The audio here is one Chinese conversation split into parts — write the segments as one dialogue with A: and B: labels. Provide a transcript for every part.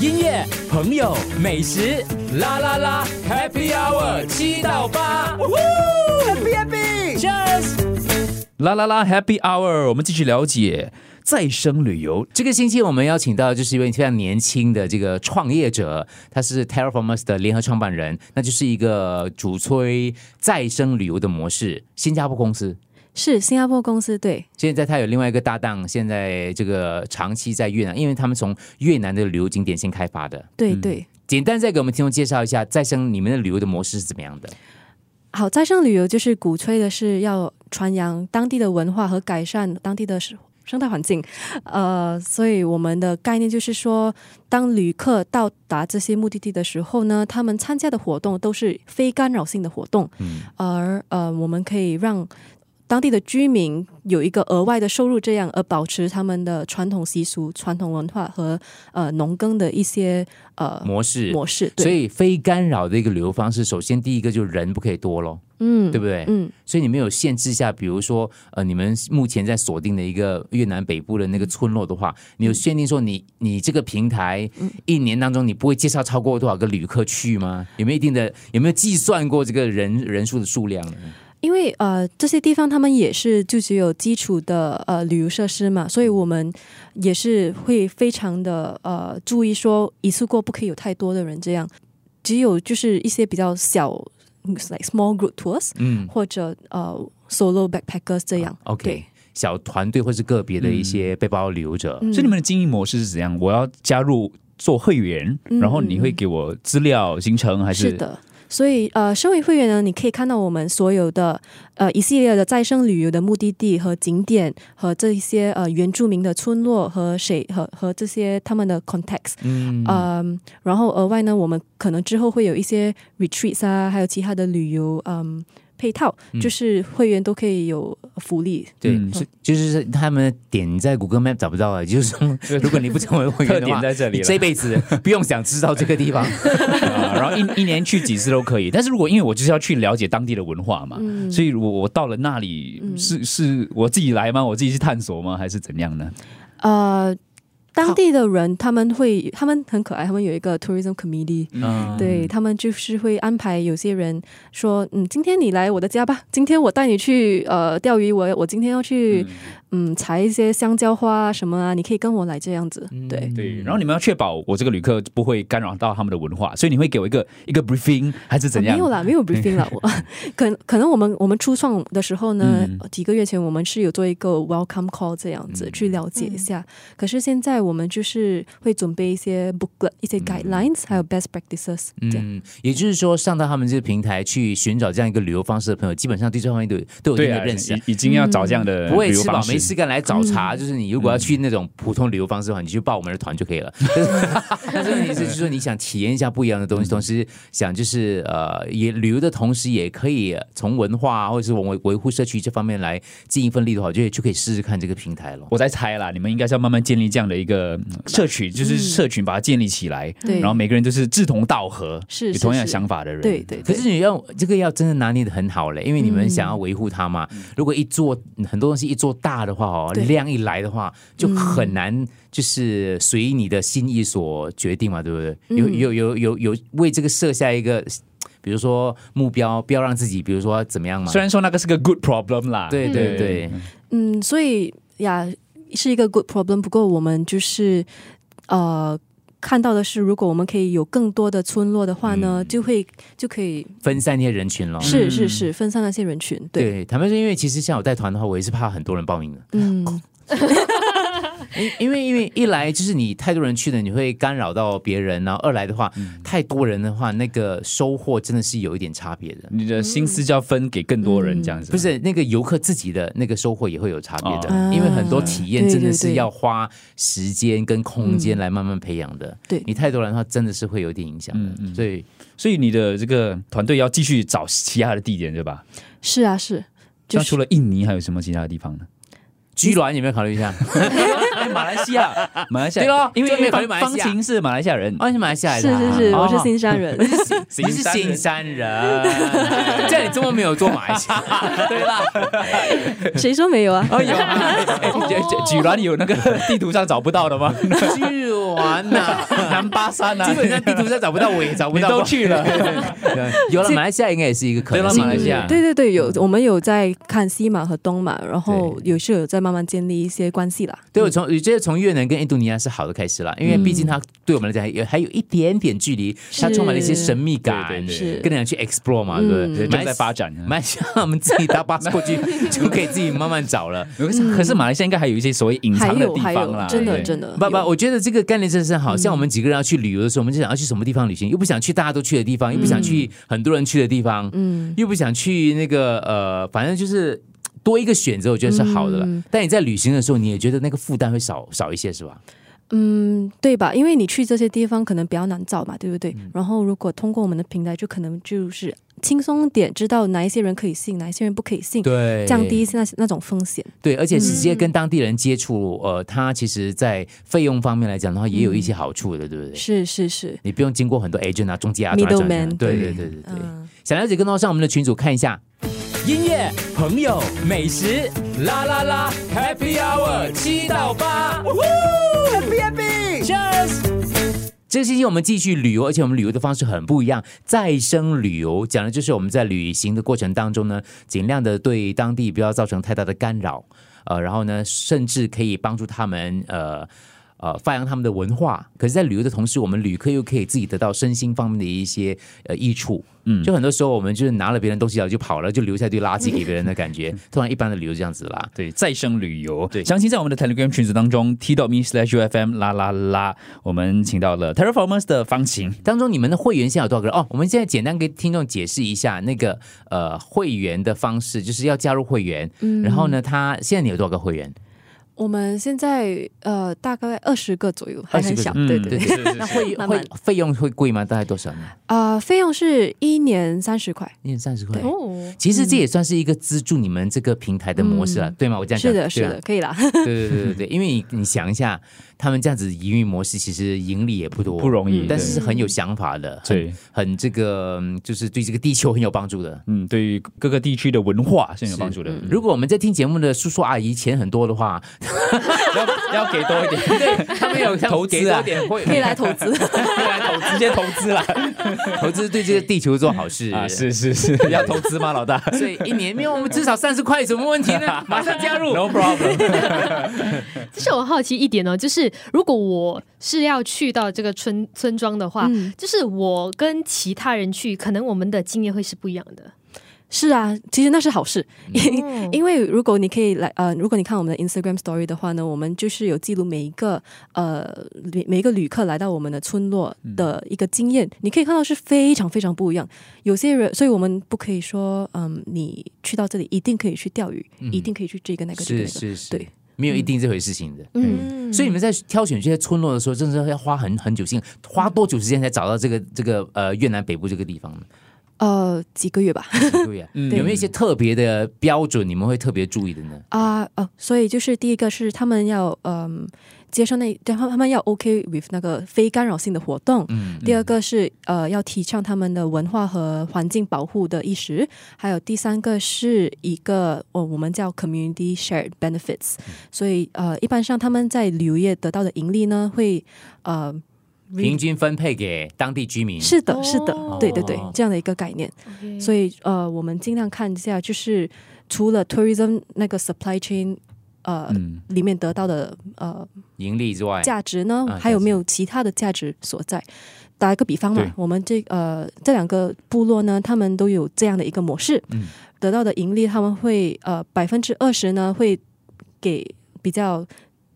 A: 音乐、朋友、美食，啦啦啦，Happy Hour 七到八
B: ，Happy Happy，
A: ，Cheers！啦啦啦，Happy Hour，我们继续了解再生旅游。
B: 这个星期我们邀请到就是一位非常年轻的这个创业者，他是 Terraformers 的联合创办人，那就是一个主催再生旅游的模式，新加坡公司。
C: 是新加坡公司对，
B: 现在他有另外一个搭档，现在这个长期在越南，因为他们从越南的旅游景点先开发的。
C: 对对。
B: 简单再给我们听众介绍一下再生你们的旅游的模式是怎么样的？
C: 好，再生旅游就是鼓吹的是要传扬当地的文化和改善当地的生生态环境。呃，所以我们的概念就是说，当旅客到达这些目的地的时候呢，他们参加的活动都是非干扰性的活动，
B: 嗯
C: 而呃，我们可以让。当地的居民有一个额外的收入，这样而保持他们的传统习俗、传统文化和呃农耕的一些呃
B: 模式。
C: 模式。对
B: 所以非干扰的一个旅游方式，首先第一个就是人不可以多咯，
C: 嗯，
B: 对不对？
C: 嗯，
B: 所以你们有限制一下，比如说呃，你们目前在锁定的一个越南北部的那个村落的
C: 嗯
B: 话，你有限定说你你这个平台一年当中你不会介绍超过多少个旅客去吗？有没有一定的有没有计算过这个人人数的数量呢？
C: 因为呃，这些地方他们也是就只有基础的呃旅游设施嘛，所以我们也是会非常的呃注意说一次过不可以有太多的人这样，只有就是一些比较小嗯，like small group tours
B: 嗯
C: 或者呃 solo backpackers 这样。
B: ，OK
C: 对。
B: 小团队或是个别的一些背包旅游者，
C: 嗯
D: 所以你们的经营模式是怎样？我要加入做会员，
C: 嗯
D: 然后你会给我资料、行程还是？
C: 是的。所以，呃，身为会员呢，你可以看到我们所有的呃一系列的再生旅游的目的地和景点，和这一些呃原住民的村落和谁和和这些他们的 context，
B: 嗯
C: 嗯，然后额外呢，我们可能之后会有一些 retreats 啊，还有其他的旅游，嗯，配套，就是会员都可以有福利。
B: 对，
D: 嗯
B: 是就是他们的点在谷歌 Map 找不到啊，就是 说，如果你不成为会员的
D: 特点
B: 话，
D: 在这里了
B: 你这辈子不用想知道这个地 方。
D: 啊，然后一一年去几次都可以。但是如果因为我就是要去了解当地的文化嘛，
C: 嗯
D: 所以我我到了那里、是是我自己来吗？我自己去探索吗？还是怎样呢？
C: 呃，当地的人他们会，他们很可爱，他们有一个 tourism committee，、
D: 嗯，
C: 对他们就是会安排有些人说，嗯，今天你来我的家吧，今天我带你去呃钓鱼，我我今天要去嗯采一些香蕉花啊什么啊，你可以跟我来这样子，
D: 嗯
C: 对。
D: 对。然后你们要确保我这个旅客不会干扰到他们的文化，所以你会给我一个一个 briefing 还是怎
C: 啊
D: 样？
C: 没有啦，没有 briefing 啦。我可可能我们我们初创的时候呢，
D: 嗯
C: 几个月前我们是有做一个 welcome call 这样子、去了解一下。可是现在我们就是会准备一些 booklet、一
D: 嗯
C: 些 guidelines，、还有 best practices 这样。
B: 嗯，也就是说，上到他们这个平台去寻找这样一个旅游方式的朋友，基本上对这方面都有都有一
D: 对
B: 定
D: 啊，
B: 的认识啊。
D: 已已经要找这样的
B: 不会
D: 旅游
B: 吃饱
D: 方式嗯
B: 没事干来找茬，就是你如果要去那种普通旅游方式的话，你就报我们的团就可以了。 但是但是问题是，就是说你想体验一下不一样的东西，
D: 嗯
B: 同时想就是呃，也旅游的同时，也可以从文化啊或者是维维护社区这方面来尽一份力的话，我觉得就可以试试看这个平台了。
D: 我在猜啦，你们应该是要慢慢建立这样的一个嗯社群，就是社群把它建立起来，
C: 对
D: 然后每个人都是志同道合，
C: 是
D: 有
C: 是
D: 同样
C: 是
D: 想法的人，
C: 对对
B: 可
C: 对嗯
B: 是你要这个要真的拿捏的很好嘞，因为你们想要维护它嘛。如果一做很多东西一做大的话哦，
C: 对嗯
B: 量一来的话，就很难就是随你的心意所决定嘛，对不对？有
C: 嗯
B: 有有有有为这个设下一个，比如说目标，不要让自己，比如说怎么样嘛。
D: 虽然说那个是个 good problem 啦，
B: 对对对，
C: 嗯，所以呀，是一个 good problem。不过我们就是呃。看到的是，如果我们可以有更多的村落的话呢，
D: 嗯
C: 就会就可以
B: 分散那些人群咯。
C: 是是是分散那些人群，对，
B: 对，坦白说，因为其实像我带团的话，我也是怕很多人报名的。
C: 嗯，
D: 哦
B: 因为因为一来就是你太多人去了，你会干扰到别人，然后二来的话，
C: 嗯
B: 太多人的话，那个收获真的是有一点差别的。
D: 你的心思就要分给更多人
C: 嗯
D: 这样子，
B: 不是那个游客自己的那个收获也会有差别的，
C: 哦
B: 因为很多体验
C: 啊
B: 真的
C: 对
B: 是
C: 对对
B: 要花时间跟空间来慢慢培养的。
C: 对
B: 你太多人的话，真的是会有一点影响的。
D: 嗯嗯
B: 所以
D: 所以你的这个团队要继续找其他的地点，对吧？
C: 是啊是，就
D: 那
C: 是
D: 除了印尼，还有什么其他的地方呢？
B: 居銮有没有考虑一下？
D: 哎马来西亚，马来西亚
B: 对咯
D: 因为
B: 就
D: 因
B: 没
D: 为
B: 有
D: 方
B: 回马来
D: 方
B: 西亚
D: 晴是马来西亚人，
B: 哦，你是马来西亚
C: 是
B: 人啊？
C: 是是，我是
B: 哦
C: 新山人。
B: 你是新山人， 这样你这么没有做马来西亚，对吧？
C: 谁说没有啊？
D: 哎呦，哎举举举兰有那个地图上找不到的吗？
B: 去玩呐，
D: 南巴山啊，
B: 基本上地图上找不到，我也找不
D: 你
B: 到。
D: 都去了，
B: 有了马来西亚，应该也是一个可能
D: 对
B: 性。
D: 了马来西亚嗯
C: 对对对，有我们有在看西马和东马，然后
B: 对
C: 有是有在慢慢建立一些关系啦。
B: 对我从我觉得从越南跟印度尼亚是好的开始啦，因
D: 嗯
B: 为毕竟它对我们来讲有还有一点点距离，它充满了一些神秘感，
D: 对对对嗯
C: 是
B: 跟人家去 explore 嘛，对不对？
D: 正在发
B: 展，
D: 展。
B: 马来西亚我们自己搭巴士过去就可以自己慢慢找了。
D: 可是可是马来西亚应该还有一些所谓隐
C: 嗯还
D: 藏的
C: 有
D: 地
C: 还
D: 方
C: 有，
D: 啦，
C: 真的
D: 对
C: 真的
B: 不不，
C: 有嗯
B: 我觉得这个概念真的是好像我们几个人要去旅游的时候，我们就想要去什么地方旅行，又不想去大家都去的地方，又不想去很多人去的地方，
C: 嗯，
B: 又不想去那个呃，反正就是多一个选择，我觉得是好的了。但你在旅行的时候，你也觉得那个负担会少少一些，是吧？
C: 嗯，对吧？因为你去这些地方可能比较难找嘛，对不对？
B: 嗯
C: 然后如果通过我们的平台，就可能就是轻松点，知道哪一些人可以信，哪一些人不可以信，
B: 对
C: 降低嗯那那种风险。
B: 对，而且直接跟当地人接触，呃，它其实在费用方面来讲的话，也有一些好处的，对不对？
C: 是是是，
B: 你不用经过很多 agent 啊、中介啊、转来转去啊
C: Middleman，
B: 对对
D: 对
B: 对对对。
C: 嗯，
B: 想了解更多，上我们的群组看一下。
A: 音乐、朋友、美食，啦啦啦，Happy Hour 七到八，Happy Happy，Cheers。
B: 这个星期我们继续旅游，而且我们旅游的方式很不一样。再生旅游讲的就是我们在旅行的过程当中呢，尽量的对当地不要造成太大的干扰，呃，然后呢，甚至可以帮助他们呃。呃，发扬他们的文化，可是，在旅游的同时，我们旅客又可以自己得到身心方面的一些呃益处。嗯，就很多时候我们就是拿了别人东西然后就跑了，就留下一堆垃圾给别人的感觉。通常一般的旅游这样子啦。
D: 对，再生旅游。对，详情在我们的 Telegram 群组当中，t dot me slash ufm 啦啦啦，我们请到了 Terraformers 的方晴。
B: 当中你们的会员现在有多少个人？哦，我们现在简单给听众解释一下那个呃会员的方式，就是要加入会员。然后呢，他现在你有多少个会员？
C: 我们现在呃大概二十个左右，还
B: 20
C: 很
B: 个
C: 小，
D: 嗯
C: 对对
B: 对
C: 对。
B: 对对，那会
C: 慢慢
B: 会 费用会贵吗？大概多少呢？
C: 啊、费用是一年三十块，
B: 一嗯三十块。
E: 哦，
B: 其实这也算是一个资助你们这个平台的模式了，
C: 嗯
B: 对吗？我这样讲
C: 是的，
B: 对
C: 是
B: 啊
C: 的，可以啦。
B: 对对对对对，因为你你想一下，他们这样子营运模式其实盈利也不多，嗯
D: 不容易
B: 但是是很有想法的，很
D: 对，
B: 很这个嗯就是对这个地球很有帮助的。
D: 嗯，对于各个地区的文化是很有帮助的。
B: 如果我们在听节目的叔叔阿姨钱很多的话，
D: 要要给多一点， 对
B: 他们有
D: 投资
B: 给多
D: 啊，
B: 点 会
C: 可以来投资，
D: 来投 直接投资 啦。
B: 投资对这个地球做好事
D: 啊，。 是是是， 要投资吗，老大
B: 所以一年，没有我们至少三十块，有什么问题呢？马上加入。
D: ？No problem。
E: 这是我好奇一点哦，就是如果我是要去到这个村村庄的话，
C: 嗯
E: 就是我跟其他人去，可能我们的经验会是不一样的。
C: 是啊，其实那是好事，因、
B: 嗯
E: 哦
C: 因为如果你可以来呃，如果你看我们的 Instagram Story 的话呢，我们就是有记录每一个呃每每一个旅客来到我们的村落
B: 嗯
C: 的一个经验，你可以看到是非常非常不一样。有些人，所以我们不可以说嗯，你去到这里一定可以去钓鱼，一定可以去这个那个这个
B: 嗯是
C: 那
B: 是
C: 个，
B: 是，
C: 对，
B: 没有一定这回事情的。
E: 嗯，
B: 所以你们在挑选这些村落的时候，真的是要花很很久心，花多久时间才找到这个这个呃越南北部这个地方呢？
C: 呃，几个月吧。
B: 对呀，有没有一些特别的标准你们会特别注意的呢？
C: 啊哦，所以就是第一个是他们要嗯接受那，他他们要 OK with 那个非干扰性的活动。
B: 嗯，
C: 第二个是呃要提倡他们的文化和环境保护的意识，还有第三个是一个我、哦、我们叫 community shared benefits，、所
B: 嗯
C: 以呃一般上他们在旅游业得到的盈利呢会呃
B: 平均分配给当地居民。
C: 是的是的、
E: 哦
C: 对对对这样的一个概念。
B: 哦嗯
C: 所
E: 以
C: 以呃，我们尽量看一下，就是除了 tourism 那个 supply chain 呃、里面得到的呃
B: 盈利之外，
C: 价值呢
B: 啊，
C: 还有
B: 价值
C: 没有其他的价值所在？打一个比方嘛
D: 对，
C: 我们这呃这两个部落呢，他们都有这样的一个模式，
B: 嗯
C: 得到的盈利他们会呃百分之二十呢会给比较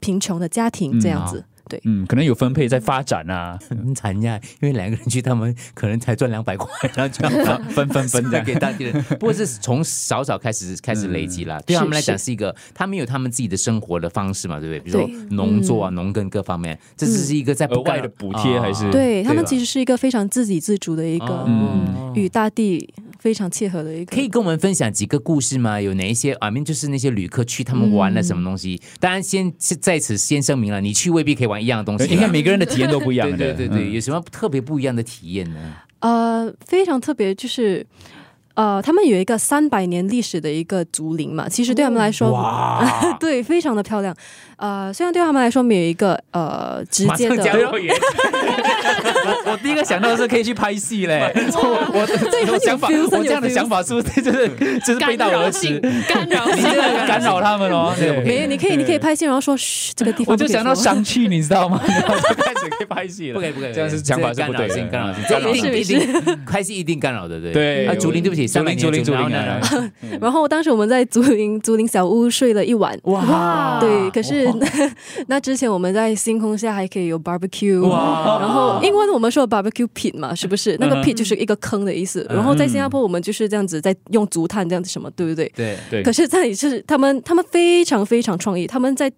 C: 贫穷的家庭这样子。
D: 嗯，可能有分配在发展 啊，
B: 很惨呀，因为两个人去，他们可能才赚两百块，然后就要
D: 分分分这
B: 再
D: 样。
B: 给当地人，不过是从少少开始开始累积啦。对他们来讲是一个，他们有他们自己的生活的方式嘛，对不对？比如说农作啊、农耕各方面，这只是一个在不干
D: 额外的补贴还是
B: 啊
D: 嗯
C: 对他
D: 对
C: 们
D: 了
C: 其实是一个非常自给自足的一个、嗯
B: 哦
C: 嗯与大地非非常切合的一个。
B: 可以跟我们分享几个故事吗？有哪一些啊？I mean，就是那些旅客去他们玩了什么东西？当然先，先在此先声明了，你去未必可以玩一样的东西啦。
D: 应该每个人的体验都不一样
B: 对
D: 的。
B: 对对对，
D: 嗯
B: 有什么特别不一样的体验呢？
C: 呃，非常特别，就是呃，他们有一个三百年历史的一个竹林嘛，其实对他们来说，，
B: 哦哇
C: 对，非常的漂亮。呃，虽然对他们来说没有一个呃直
B: 马
C: 接
B: 上加入
C: 的，
B: 会员，
D: 啊 我第一个想到的是可以去拍 戏嘞，我我
C: 对
D: 我
C: 很有
D: 想法，
C: feel，
D: 我
C: 很有
D: 这样的
C: feel
D: 想法是不是 就是就是背道而驰？
E: 干扰
D: 你
E: 性
D: 这个干扰他 们哦，对
C: 没有，你可以你可以拍戏，然后说嘘，这个地方
D: 我就
C: 不可以
D: 想到
C: 说
D: 商区，你知道吗？然后就开始可以拍戏了，
B: 不可以不可以，
D: 这样是想法是
B: 干
D: 不
B: 扰
D: 对的
B: 性，，干扰性，
D: 干
B: 这
D: 扰
B: 一定
D: 性。
B: 一定，开戏一定干扰的，对
D: 对
B: 啊，竹林，对不起，
D: 竹
B: 三百
D: 林
B: 年
D: 竹林竹
B: 然后
D: 林，啊
B: 呢？
C: 然后当时我们在竹林竹林小屋睡了一晚。
B: 哇
C: 对，可是 那之前我们在星空下还可以有 barbecue，
B: 哇嗯
C: 然后英文我们说 barbecue pit 嘛，是不是？那个 pit 就是一个坑的意思。然后在新加坡我们就是这样子在用竹炭这样子什么，对不对？
B: 对，
D: 对
C: 可，是这里是他们他们非常非常创意，他们在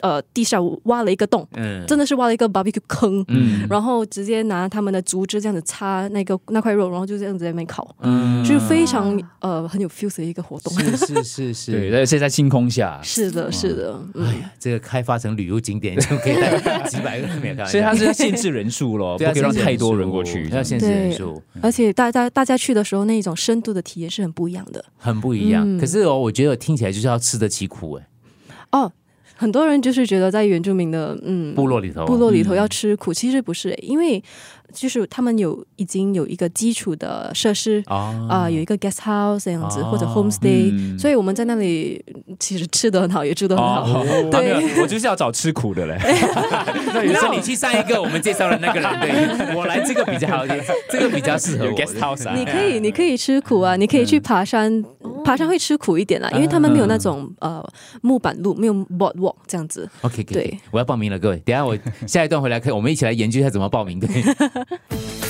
C: 呃地下挖了一个洞，
B: 嗯，
C: 真的是挖了一个 barbecue 坑，
B: 嗯
C: 然后直接拿他们的竹枝这样子插那个那块肉，然后就这样子在那边烤，
B: 嗯
C: 就是非常呃很有 feel 的一个活动。
B: 是啊是是
D: 对，
B: 是，
D: 而且在星空下，
C: 是的，是的，嗯，
B: 这个开发成旅游景点就可以带几百个人，没有开玩笑
D: 所以它是要限制人数咯，不
B: 啊 对啊
D: 可以让
B: 限制
D: 太多
B: 数
D: 人过去。
B: 要限制人数，
C: 而且大家大家去的时候那种深度的体验是很不一样的。
B: 很不一样。
C: 嗯
B: 可是哦，我觉得听起来就是要吃得起苦哎，
C: 哦，很多人就是觉得在原住民的嗯
B: 部落里头，
C: 部落里头要吃苦，其实不是，因为就是他们有已经有一个基础的设施。
B: 啊
C: 啊、有一个 guest house 这样子，
B: 哦
C: 或者 homestay，、
D: 嗯
C: 所以我们在那里嗯其实吃的很好，也住的很好。
D: 啊没有，我就是要找吃 苦的嘞。
B: 你说你去上一个我们介绍的那个人，对我来这个比较 好一点，这个比较适合
D: 有
B: 我。
D: guest house 啊
C: 你可以，你可以吃苦啊，你可以去爬山，爬山会吃苦一点啦，因为他们没有那种、呃木板路，没有 boardwalk 这样子。
B: OK，对
C: 对，
B: 我要报名了，各位，等一下我下一段回来可以，我们一起来研究一下怎么报名。对，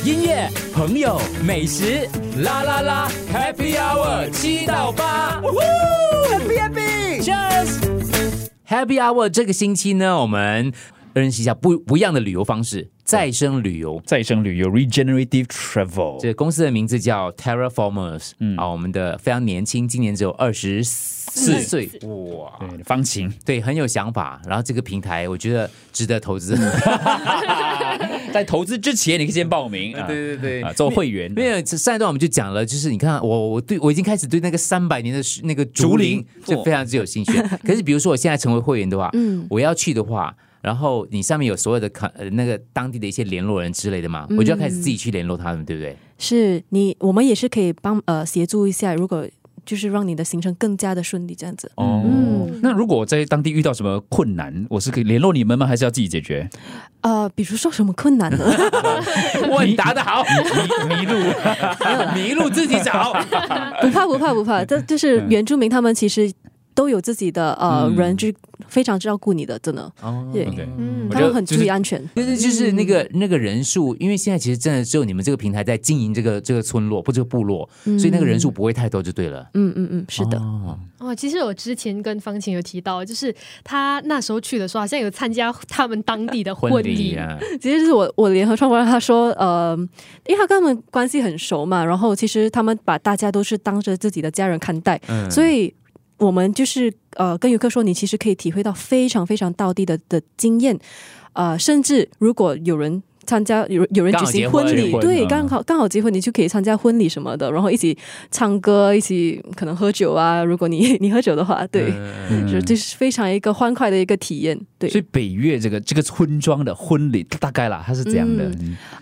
B: 音乐、朋友、美食，啦啦啦，Happy Hour 七到八，Happy Happy，Cheers。Happy Hour 这个星期呢，我们认识一下不不一样的旅游方式，再生旅游。
D: 再生旅游 （regenerative
B: 这
D: travel）。
B: 公司的名字叫 Terraformers，嗯啊，我们的非常年轻，今年只有二十嗯四岁，哇，
D: 对，方晴，
B: 对，很有想法。然后这个平台，我觉得值得投 资。
D: 在投资之前，你可以先报名啊，
B: 对对
D: 啊，做会员。
B: 没有，上一段我们就讲了，就是你看我我对我已经开始对那个三百年的那个竹林哦
D: 竹林
B: 就非常之有兴趣了。可是比如说我现在成为会员的话，嗯，我要去的话。然后你上面有所有的看呃那个当地的一些联络人之类的嘛，我就要开始自己去联络他们，对不 对？
C: 是你，我们也是可以帮呃协助一下，如果就是让你的行程更加的顺利这样子。
D: 哦，
B: 嗯
C: 嗯
D: 那如果我在当地遇到什么困难，我是可以联络你们吗？还是要自己解决？
C: 呃，比如说什么困难呢？
B: 问答的好，
D: 迷迷路，
B: 迷路自己找。
C: 不怕不怕不怕，这就是原住民他们其实都有自己的呃、
D: 嗯
C: 人，就非常照顾你的，真的，
B: 哦
C: 对，
D: OK
E: 嗯
D: 我
C: 他
D: 觉得
C: 们很注
D: 就是
C: 意安全。
B: 就是就是那
D: 嗯
B: 个那个人数，因为现在其实真的只有你们这个平台在经营这个这个村落或这个部落，
D: 嗯
B: 所以那个人数不会太多就对了。
C: 嗯嗯嗯，是的，
B: 哦
E: 哦，其实我之前跟方晴有提到，就是他那时候去的时候，好像有参加他们当地的
B: 婚
E: 婚
B: 礼
E: 礼。
B: 啊，
C: 其实是我我联合创办人他说，呃，因为他跟他们关系很熟嘛，然后其实他们把大家都是当着自己的家人看待，
B: 嗯
C: 所以我们就是呃跟游客说，你其实可以体会到非常非常道地的的经验，呃，甚至如果有人。参加有有人
B: 刚
C: 举
B: 好结
C: 行
B: 婚
C: 婚礼，
D: 结婚
C: 对，
D: 嗯
C: 刚好刚好结婚，你就可以参加婚礼什么的，然后一起唱歌，一起可能喝酒啊。如果你你喝酒的话，对，
D: 嗯
C: 就这是非常一个欢快的一个体验。对，
D: 所以北越这个这个村庄的婚礼大概啦，它是怎样的？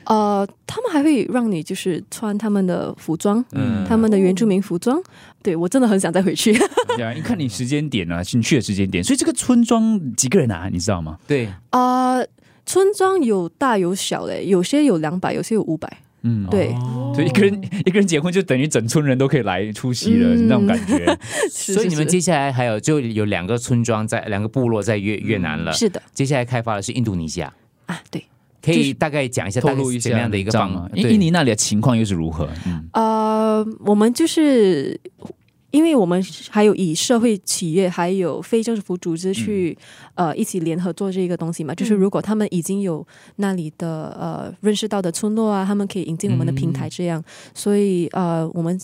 C: 呃，他们还会让你就是穿他们的服装，
B: 嗯
C: 他们的原住民服装。对我真的很想再回 去。
D: 对啊，你看你时间点啊，你去的时间点，所以这个村庄几个人啊？你知道吗？
B: 对，
C: 呃，村庄有大有小嘞，有些有两百，有些有五百。
D: 嗯，
C: 对，
B: 哦
D: 所以一个人一个人结婚就等于整村人都可以来出席了，
C: 嗯
D: 那种感觉。
C: 是
B: 所以你们
C: 是
B: 接下来还有就有两个村庄在两个部落在
D: 嗯
B: 越越南了，
C: 是的
B: 接下来开发的是印度尼西亚，
C: 啊，对。
B: 可以大概讲一下
D: 透露
B: 大概
D: 一
B: 是
D: 下
B: 怎么样的一个
D: 你知道
B: 方
D: 吗？印印尼那里的情况又是如何？嗯，
C: 呃，我们就是。因为我们还有以社会企业还有非政府组织去、
D: 嗯
C: 呃一起联合做这个东西嘛，就是如果他们已经有那里的
D: 嗯
C: 呃认识到的村落啊，他们可以引进我们的平台这样，所以呃我们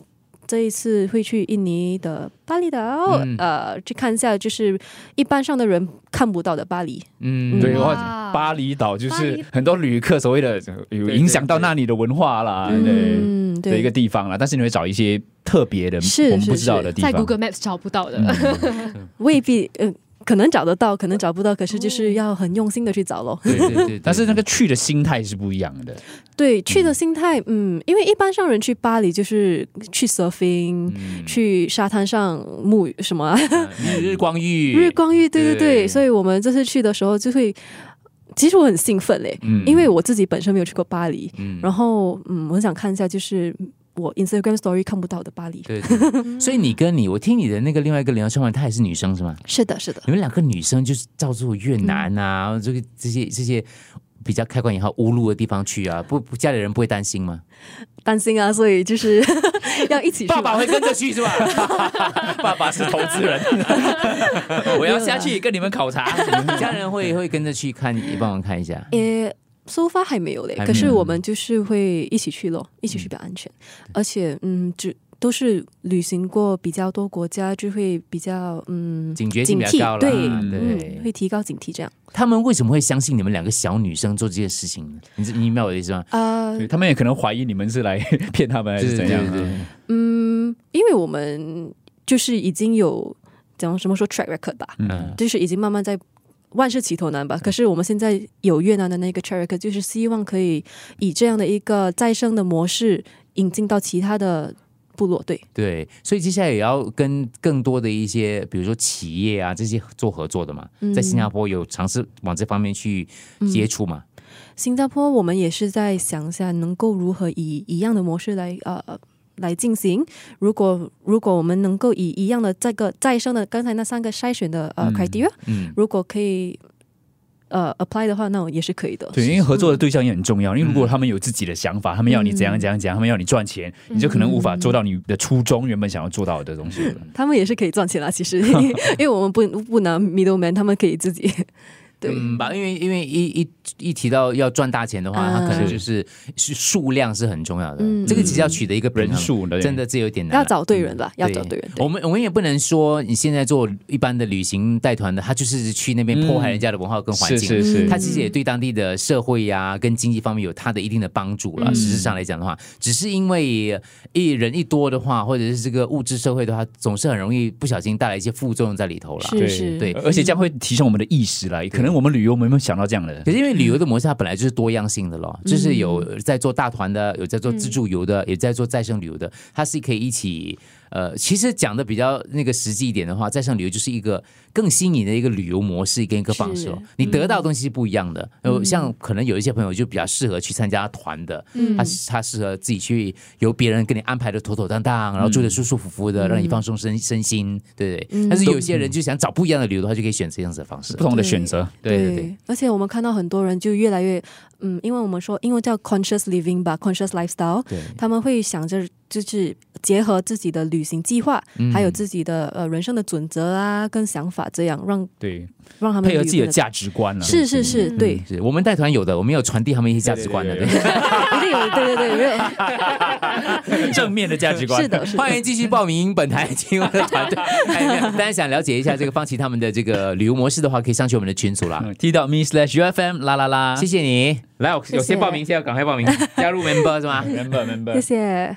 C: 这一次会去印尼的巴厘岛，
B: 嗯
C: 呃，去看一下就是一般上的人看不到的巴黎。
B: 嗯，
D: 对，
E: 哇
D: 或者巴厘岛就
E: 巴
D: 是
E: 厘
D: 很多旅客所谓的有
B: 对
D: 影响到那里的文化啦，啊对
C: 嗯，
D: 的一
C: 对，
D: 个地方啦，但是你会找一些特别的
C: 是
D: 我们不
C: 是
D: 知道
C: 是
D: 的地
E: 在
D: 方。嗯
E: Google Maps 找不到的。
C: 未必，嗯、可能找得到，可能找不到，可是就是要很用心的去找咯。
B: 对对对对，
D: 但是那个去的心态是不一样的，
C: 对，去的心态，嗯，因为一般上人去巴黎就是去 surfing，、去
B: 嗯
C: 沙滩上沐浴什么啊、
B: 日日光浴，
C: 日光浴，对对对，
B: 对
C: 所以我们这次去的时候就会，其实我很兴奋嘞，
B: 嗯
C: 因为我自己本身没有去过巴黎，
B: 嗯
C: 然后嗯，我很想看一下就是我 Instagram Story 看不到的巴黎。
B: 对，对所以你跟你，我听你的那个另外一个梁生环，她也是女生是吗？
C: 是的，是的，
B: 你们两个女生就是照住越南啊，这个这些这些比较开关以后乌路的地方去啊，不不，家里人不会担心吗？
C: 担心啊，所以就是 要一起去
B: 爸
C: 玩。
B: 爸会跟着去是 吧？
D: 爸爸是 投资人， 我要下去跟你们考察。
B: 家人会会跟着去看，你帮忙看一下。
C: 也 so far 还没有嘞，
B: 还没有嗯
C: 可是我们就是会一起去咯，一起去比较安全，而且嗯，只都是旅行过比较多国家，就会比较嗯
B: 警觉性比较高了，
C: 警惕
B: 啊
D: 对
C: 嗯，
B: 对。
C: 会提高警惕这样。
B: 他们为什么会相信你们两个小女生做这些事情呢？你知你明白我的意思吗？
C: 啊、
D: 对他们也可能怀疑你们是来骗他们还是怎样、啊？
B: 对对对
C: 嗯，因为我们就是已经有讲什么说 track record 吧，
B: 嗯
C: 就是已经慢慢在万事起头难吧。可是我们现在有越南的那个 track record，就是希望可以以这样的一个再生的模式引进到其他的部落。对，
B: 对，所以接下来也要跟更多的一些，比如说企业啊这些做合作的嘛，在新加坡有尝试往这方面去接触嘛。
C: 新加坡我们也是在想一下能够如何以一样的模式来呃。来进行。如果如果我们能够以一样的这个再生的刚才那三个筛选的呃 criteria，
B: 嗯，
C: 如果可以呃 apply 的话，那我也是可以的。
D: 对，因为合作的对象也很重要。因为如果他们有自己的想法，他们要你怎样怎样怎样，他们要你赚钱，你就可能无法做到你的初衷原本想要做到的东西了。
C: 他们也是可以赚钱啦，其实，因为我们不不拿 middleman，他们可以自己。对，
B: 嗯吧，因为因为一一一提到要赚大钱的话，它可能就是是数量是很重要的，
C: 嗯
B: 这个其实要取得一个平衡
D: 人数的
B: 真的这有点难了。啊
C: 要找对人吧，要找对人。对
B: 嗯我们我们也不能说你现在做一般的旅行带团的，他就是去那边破坏人家的文化跟环
D: 是
B: 境，
D: 是
C: 嗯
D: 是，
B: 他其实也对当地的社会呀、跟经济方面有他的一定的帮助了。
E: 嗯
B: 实质上来讲的话，只是因为一人一多的话，或者是这个物质社会的话，总是很容易不小心带来一些副作用在里头了。
C: 是是，
B: 对
D: 而且这样会提升我们的意识来。可能我们旅游我们没有想到这样的
B: 可，是因为旅游的模式它本来就是多样性的咯，就是有在做大团的，有在做自助游的，也在做再生旅游的，它是可以一起。呃，其实讲的比较那个实际一点的话，再生旅游就是一个更新颖的一个旅游模式跟一个方式哦
C: 是。
B: 你得到的东西是不一样的。呃，像可能有一些朋友就比较适合去参加团的，
E: 嗯
B: 他他适合自己去由别人给你安排的妥妥当当，然后住的舒舒服服的，让你放松身身心，对不对？但是有些人就想找不一样的旅游的话，就可以选这样子的方式
D: 不。同的选择。
B: 对对对，
C: 而且我们看到很多人就越来越，嗯，因为我们说英文叫 conscious living 吧，conscious lifestyle，
B: 对。
C: 他们会想着就是结合自己的旅行计划，
D: 嗯
C: 还有自己的呃人生的准则啊跟想法，这样让
D: 对，
C: 让他们
D: 配合
C: 旅
D: 自己的
C: 游
D: 价值观啊了。
C: 是是是，对，
B: 嗯是我们带团有的，我们有传递他们一些价值观的。
D: 对对
B: 对
D: 嗯
C: 一定有，对对对，没有，
D: 正面的价值观。
C: 是的，是的，
B: 欢迎继续报名本台金融的团队。 哎没有大家想了解一下这个方琦他们的这个旅游模式的话，可以上去我们的群组啦。
D: 嗯，踢到 me slash ufm 啦啦啦，
B: 谢谢你，来，我有
C: 谢
B: 些报名，现在要赶快报 名，加入 member 是 吗？
D: member member
C: 谢谢。